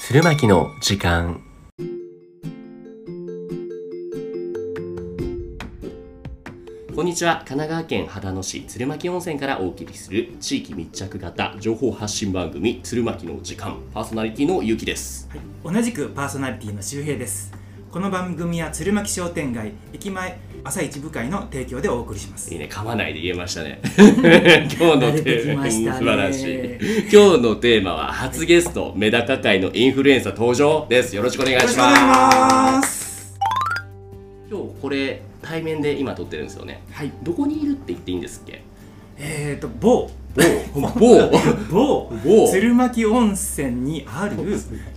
鶴巻の時間こんにちは神奈川県秦野市鶴巻温泉からお送りする地域密着型情報発信番組鶴巻の時間パーソナリティのゆうきですはい、同じくパーソナリティの周平ですこの番組は鶴巻商店街駅前朝市部会の提供でお送りしますいいね噛まないで言えました ね今日の慣れてテきーマましたね素晴らしい今日のテーマは初ゲストメダカ界のインフルエンサー登場ですよろしくお願いしますす今日これ対面で今撮ってるんですよねはいどこにいるって言っていいんですっけえーと 某某 某某某鶴巻温泉に ある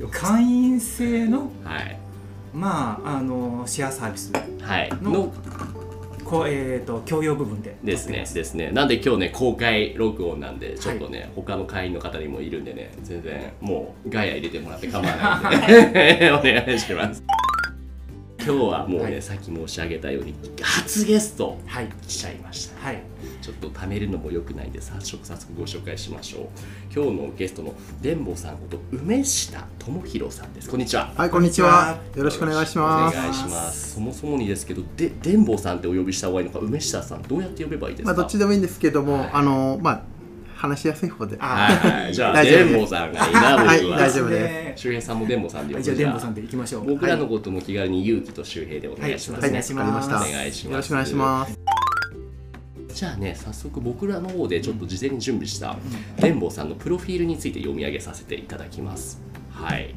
会員制のはいまああのシェアサービスはいののこうえーと共用部分でですねですねなんで今日ね公開録音なんでちょっとね、他の会員の方にもいるんでね全然もうガヤ入れてもらって構わないん でお願いします今日はもうね、はいさっき申し上げたように初ゲストはい来ちゃいましたはいちょっと貯めるのも良くないんで早速早速ご紹介しましょう今日のゲストの伝坊さんこと梅下智博さんですこんにちははい、こんにちは。よろしくお願いしまおす。願いしますそもそもにですけどで伝坊さんってお呼びした方がいいのか梅下さんどうやって呼べばいいですまか、あ、どっちでもいいんですけども、はいあの、まあ、話しやすい方で。あ はい、じゃあ大丈夫伝坊さんがいいな僕は、はい大丈 夫で周平さんも伝坊さんで呼すぶじゃあ伝坊さんでいきましょう僕らのことも気軽に勇気と周平でお願いしますはね、願い、わいしかまりますした。お願いしますよろしくお願いします。じゃあね早速僕らの方でちょっと事前に準備した伝坊さんのプロフィールについて読み上げさせていただきますはい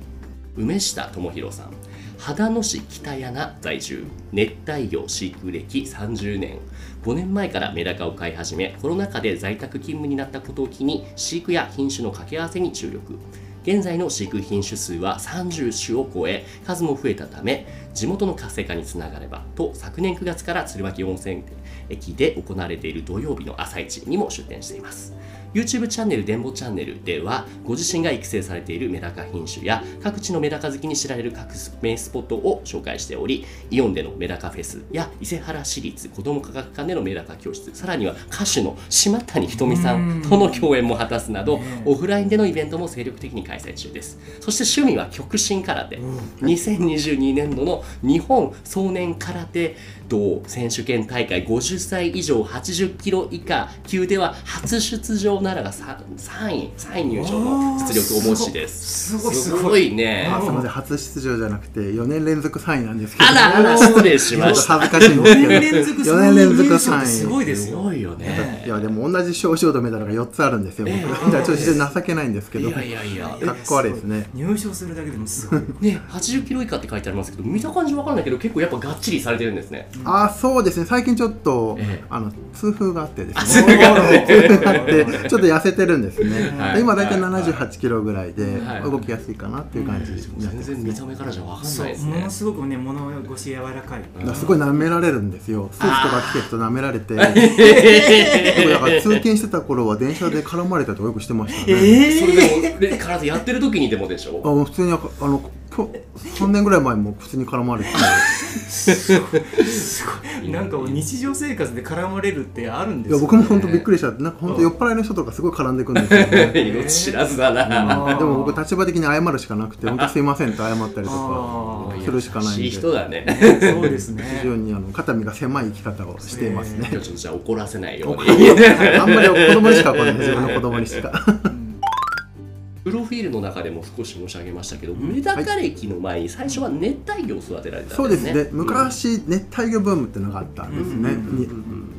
梅下智博さん秦野市北柳在住熱帯魚飼育歴30年5年前からメダカを飼い始めコロナ禍で在宅勤務になったことを機に飼育や品種の掛け合わせに注力現在の飼育品種数は30種を超え数も増えたため地元の活性化につながればと昨年9月から鶴巻温泉駅で行われている土曜日の朝市にも出店しています YouTube チャンネル「電ボチャンネル」ではご自身が育成されているメダカ品種や各地のメダカ好きに知られる各名スポットを紹介しておりイオンでのメダカフェスや伊勢原市立子ども科学館でのメダカ教室さらには歌手の島谷ひとみさんとの共演も果たすなど、ねオフラインでのイベントも精力的に開催中ですそして趣味は極真空手、2022年度の日本少年空手道選手権大会50歳以上80キロ以下級では初出場ならが 3, 位3位入賞の実力お持ちですおーすごいすごいねまあ、すみません、初出場じゃなくて、4年連続3位なんですけど。あらあら失礼しちょっまとした恥ずかしいんです4けど。年連続四年連続三位入賞ってすごいですすよごいよねいや、でも同じ賞状とメダルが4つあるんですよ、僕。ええだからちょっと非常に情けないんですけいど。やいやいやかっこ悪いですね入賞するだけでもすごいね80キロ以下って書いてありますけど見た感じわかんないけど結構やっぱがっちりされてるんですねあーそうですね最近ちょっと、ええあの痛風があってであす痛ね風があって 痛風があってちょっと痩せてるんですね、はいで今大体はい78キロぐらいで、はい動きやすいかなっていう感じになってます、全然見た目からじゃわかんないですもねのすごくね物腰柔らかいだからすごい舐められるんですよスーツとか着てると舐められて僕だから通勤してた頃は電車で絡まれたりとかよくしてましたね、それでもで体やってる時にでもでしょあもう普通にあの今日3年ぐらい前も普通に絡まれてすごいなんか日常生活で絡まれるってあるんでいすやよ僕も本当びっくりしちゃってなんか本当酔っ払いの人とかすごい絡んでくるんですよね命知らずだな。あーでも僕立場的に謝るしかなくて本当すいませんって謝ったりとかあするしかないんで優しい人だね。ーそうですね非常にあの肩身が狭い生き方をしています今日ちねょっとじゃあ怒らせないように。あんまり子供にしか来ない自分の子供にしかうんプロフィールの中でも少し申し上げましたけど、メダカ歴の前に最初は熱帯魚を育てられたんですね。 そうですね昔熱帯魚ブームってのがあったんですね、うんに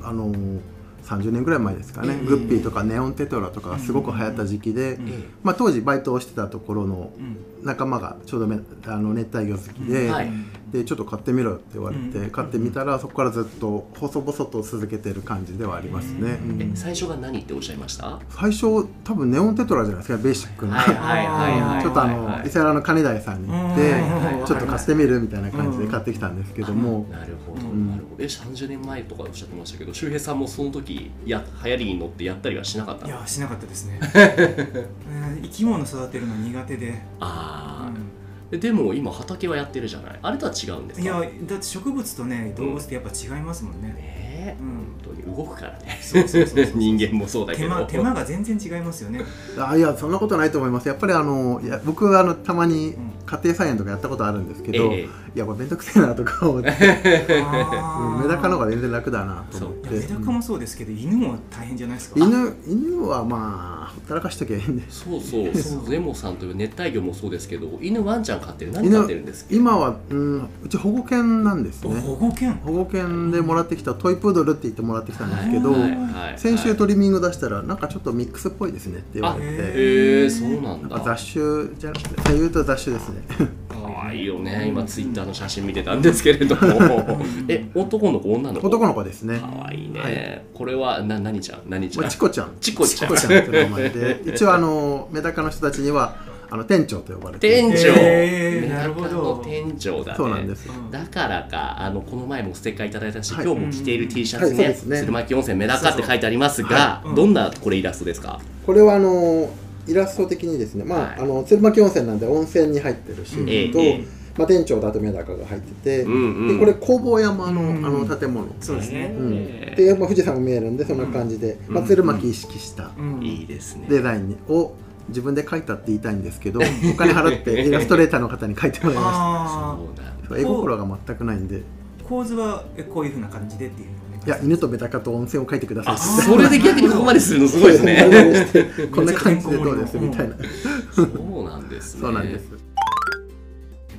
あのー30年ぐらい前ですかね、うんグッピーとかネオンテトラとかがすごく流行った時期で、うんまあ、当時バイトをしてたところのうん仲間がちょうどめあの熱帯魚好きで,、うんはいでちょっと買ってみろって言われて、うん買ってみたらそこからずっと細々と続けてる感じではありますね、うんえ最初が何っておっしゃいました？は最初多分ネオンテトラじゃないですかベーシックいな、はいはいはい。ちょっとあはいはの伊い勢原の金台さんに行って、うんはいはいちょっと買ってみるみたいな感じで買ってきたんですけども、なるほど、うんなるほど。え、三十年前とかおっしゃってましたけど、周平さんもその時や流行りに乗ってやったりはしなかったいの？やしなかったですねうん生き物育てるの苦手で、あうあ、えでも今畑はやってるじゃない。あれとは違うんですんか？いやだって植物とね動物ってやっぱ違いますもんねねえね、うん本当に動くからねそうそうそうそ う人間もそうだけ手ど間手間が全然違いますよね。あいやそんなことないと思いますやっぱりあのいや僕はあのたまに家庭菜園とかやったことあるんですけど、ええいやこれ面倒くせえなとか思っ てうんメメダカの方が全然楽だなと思ってメダカもそうですけど犬も大変じゃないですか。犬犬はまあほったらかしときゃいいんでそうそうそうゼモさんという熱帯魚もそうですけど犬ワンちゃん飼ってる何犬飼ってるんですか今は、うん、うち保護犬なんですおね保護犬。保護犬でもらってきたトイプードルって言ってもらってきたんですけど、はいはいはい先週トリミング出したらなんかちょっとミックスっぽいですねって言われあて、へえそうなんなんかだ雑種じゃなくて言うと雑種ですね 可愛いよね今ツイッターの写真見てたんですけれども え男の子女の子男の子ですね可愛いね、はいこれはな何ちゃん何ちゃまんあ、チコちゃんチコちゃんチコちゃんって名 前で一応あのメダカの人たちにはあの店長と呼ばれて店長、えーメダカなるほどの店長だねそうなんですだからかあのこの前もステッカーいただいたし、はい今日も着ている T シャツはいそうね,、ですね鶴巻温泉メダカって書いてありますが、そうそうはいどんなこれイラストですか、これはあのイラスト的にですね、まあはいあの鶴巻温泉なんで温泉に入ってるシうんーンと、ええまあ、店長とあとメダカが入ってて、うんうんでこれ工房山の,、うんあの建物、そうですね。うんえーで、まあ、富士山が見えるんでそんな感じで、うんまあ、鶴巻意識したうんいいですねデザインを自分で描いたって言いたいんで すけどお金払ってイラストレーターの方に描いてもらいましあそうなんだた絵心が全くないんであ構図はえこういう風な感じでっていうのをお願いしいまやす。犬とメダカと温泉を描いてくださいあってそれで逆にここまでするのすごいですね こんな感じでどうですみたいな。そうなんですねそうなんです。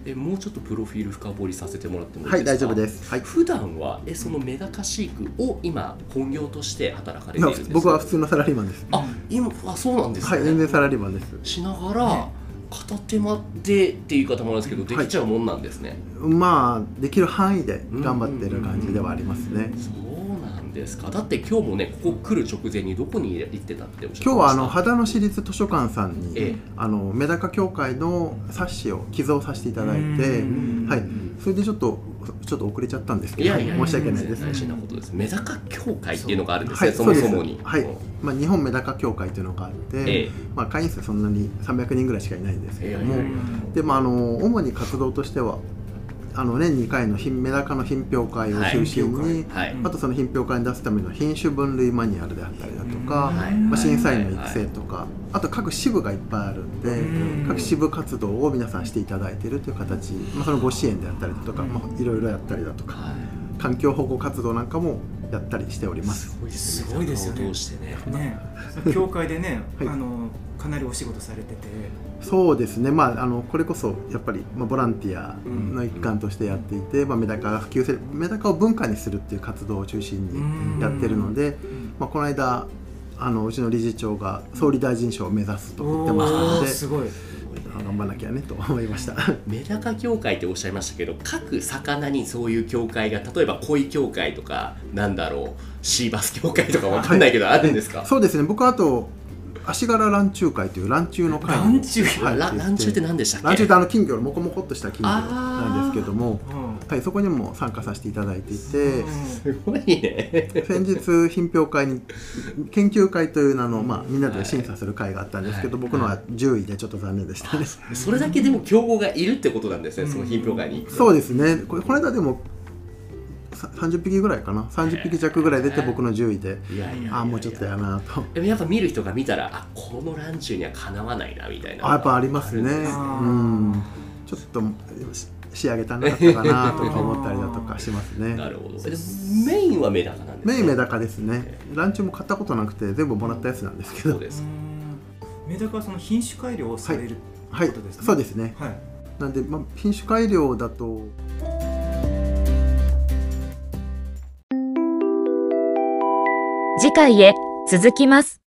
えもうちょっとプロフィール深掘りさせてもらってもいいですかはい、大丈夫です。はい。普段はえそのメダカ飼育を今本業として働かれてい今るんですか僕は普通のサラリーマンです。あ今あそうなんですはね、い、全然サラリーマンです。しながら片手間でっていう言い方もあるんですけどではきいちゃうもんなんですね、まあできる範囲で頑張ってる感じではありますね。そうなんですかだって今日もねここ来る直前にどこに行ってたっておっしゃってました今日はあの秦野市立図書館さんに、ええあのメダカ協会の冊子を寄贈させていただいてうん、はい、それでちょっとちょっと遅れちゃったんですけいど、やいや申し訳ないです全然。大事なことですメダカ協会っていうのがあるんですはねい、そうもですそもにはい、まあ日本メダカ協会というのがあって、ええまあ会員数そんなに300人ぐらいしかいないんですけえどーも、うんでまあ、あの主に活動としてはあの年2回の品メダカの品評会を中心に、はいはいあとその品評会に出すための品種分類マニュアルであったりだとか、うんはいまあ、審査員の育成とか、あと各支部がいっぱいあるんで、うん各支部活動を皆さんしていただいているという形、まあ、そのご支援であったりだとか、まあ、いろいろやったりだとかは環境保護活動なんかもやったりしておりいます。ごいすごいですよねメダカを通してねね、教会でね、はいあのかなりお仕事されてて、そうですね、まあ、あのこれこそやっぱり、まあ、ボランティアの一環としてやっていて、まあ、メダカが普及するメダカを文化にするっていう活動を中心にやってるので、まあ、この間あのうちの理事長が総理大臣賞を目指すと言ってましたおのーですごい。あ頑張らなきゃねと思いました。メダカ協会っておっしゃいましたけど各魚にそういう協会が例えば鯉協会とかなんだろうシーバス協会とかわかんないけどあるんですか、そうですね僕はあと足柄ランチュウ会というランチュウの会ランチュウはいラランチュウって何でしたっけランチュウってあの金魚のモコモコっとした金魚なんですけどもうんはい、そこにも参加させていただいていてすごいね先日品評会に研究会という名の、まあ、みんなで審査する会があったんですけど、僕のは10位でちょっと残念でしたね。それだけでも競合がいるってことなんですね、その品評会に。そうですねこれこの間でもさ30匹ぐらいかな30匹弱ぐらい出て僕の10位で、いやいやいやいやああもうちょっとやなとでもやっぱ見る人が見たら、あこのランチュウにはかなわないなみたいな。あやっぱありますね。うあるんですあん、ちょっとし仕上げ足んなかったかなとか思ったりだとかしますなね。るほど。でメインはメダカなんですね。メインメダカですね。ランチも買ったことなくて全部もらったやつなんですけそうど。です。うんメダカはその品種改良をされるはいことです、ね。そうですね。はい。なんで、まあ、品種改良だと。次回へ続きます。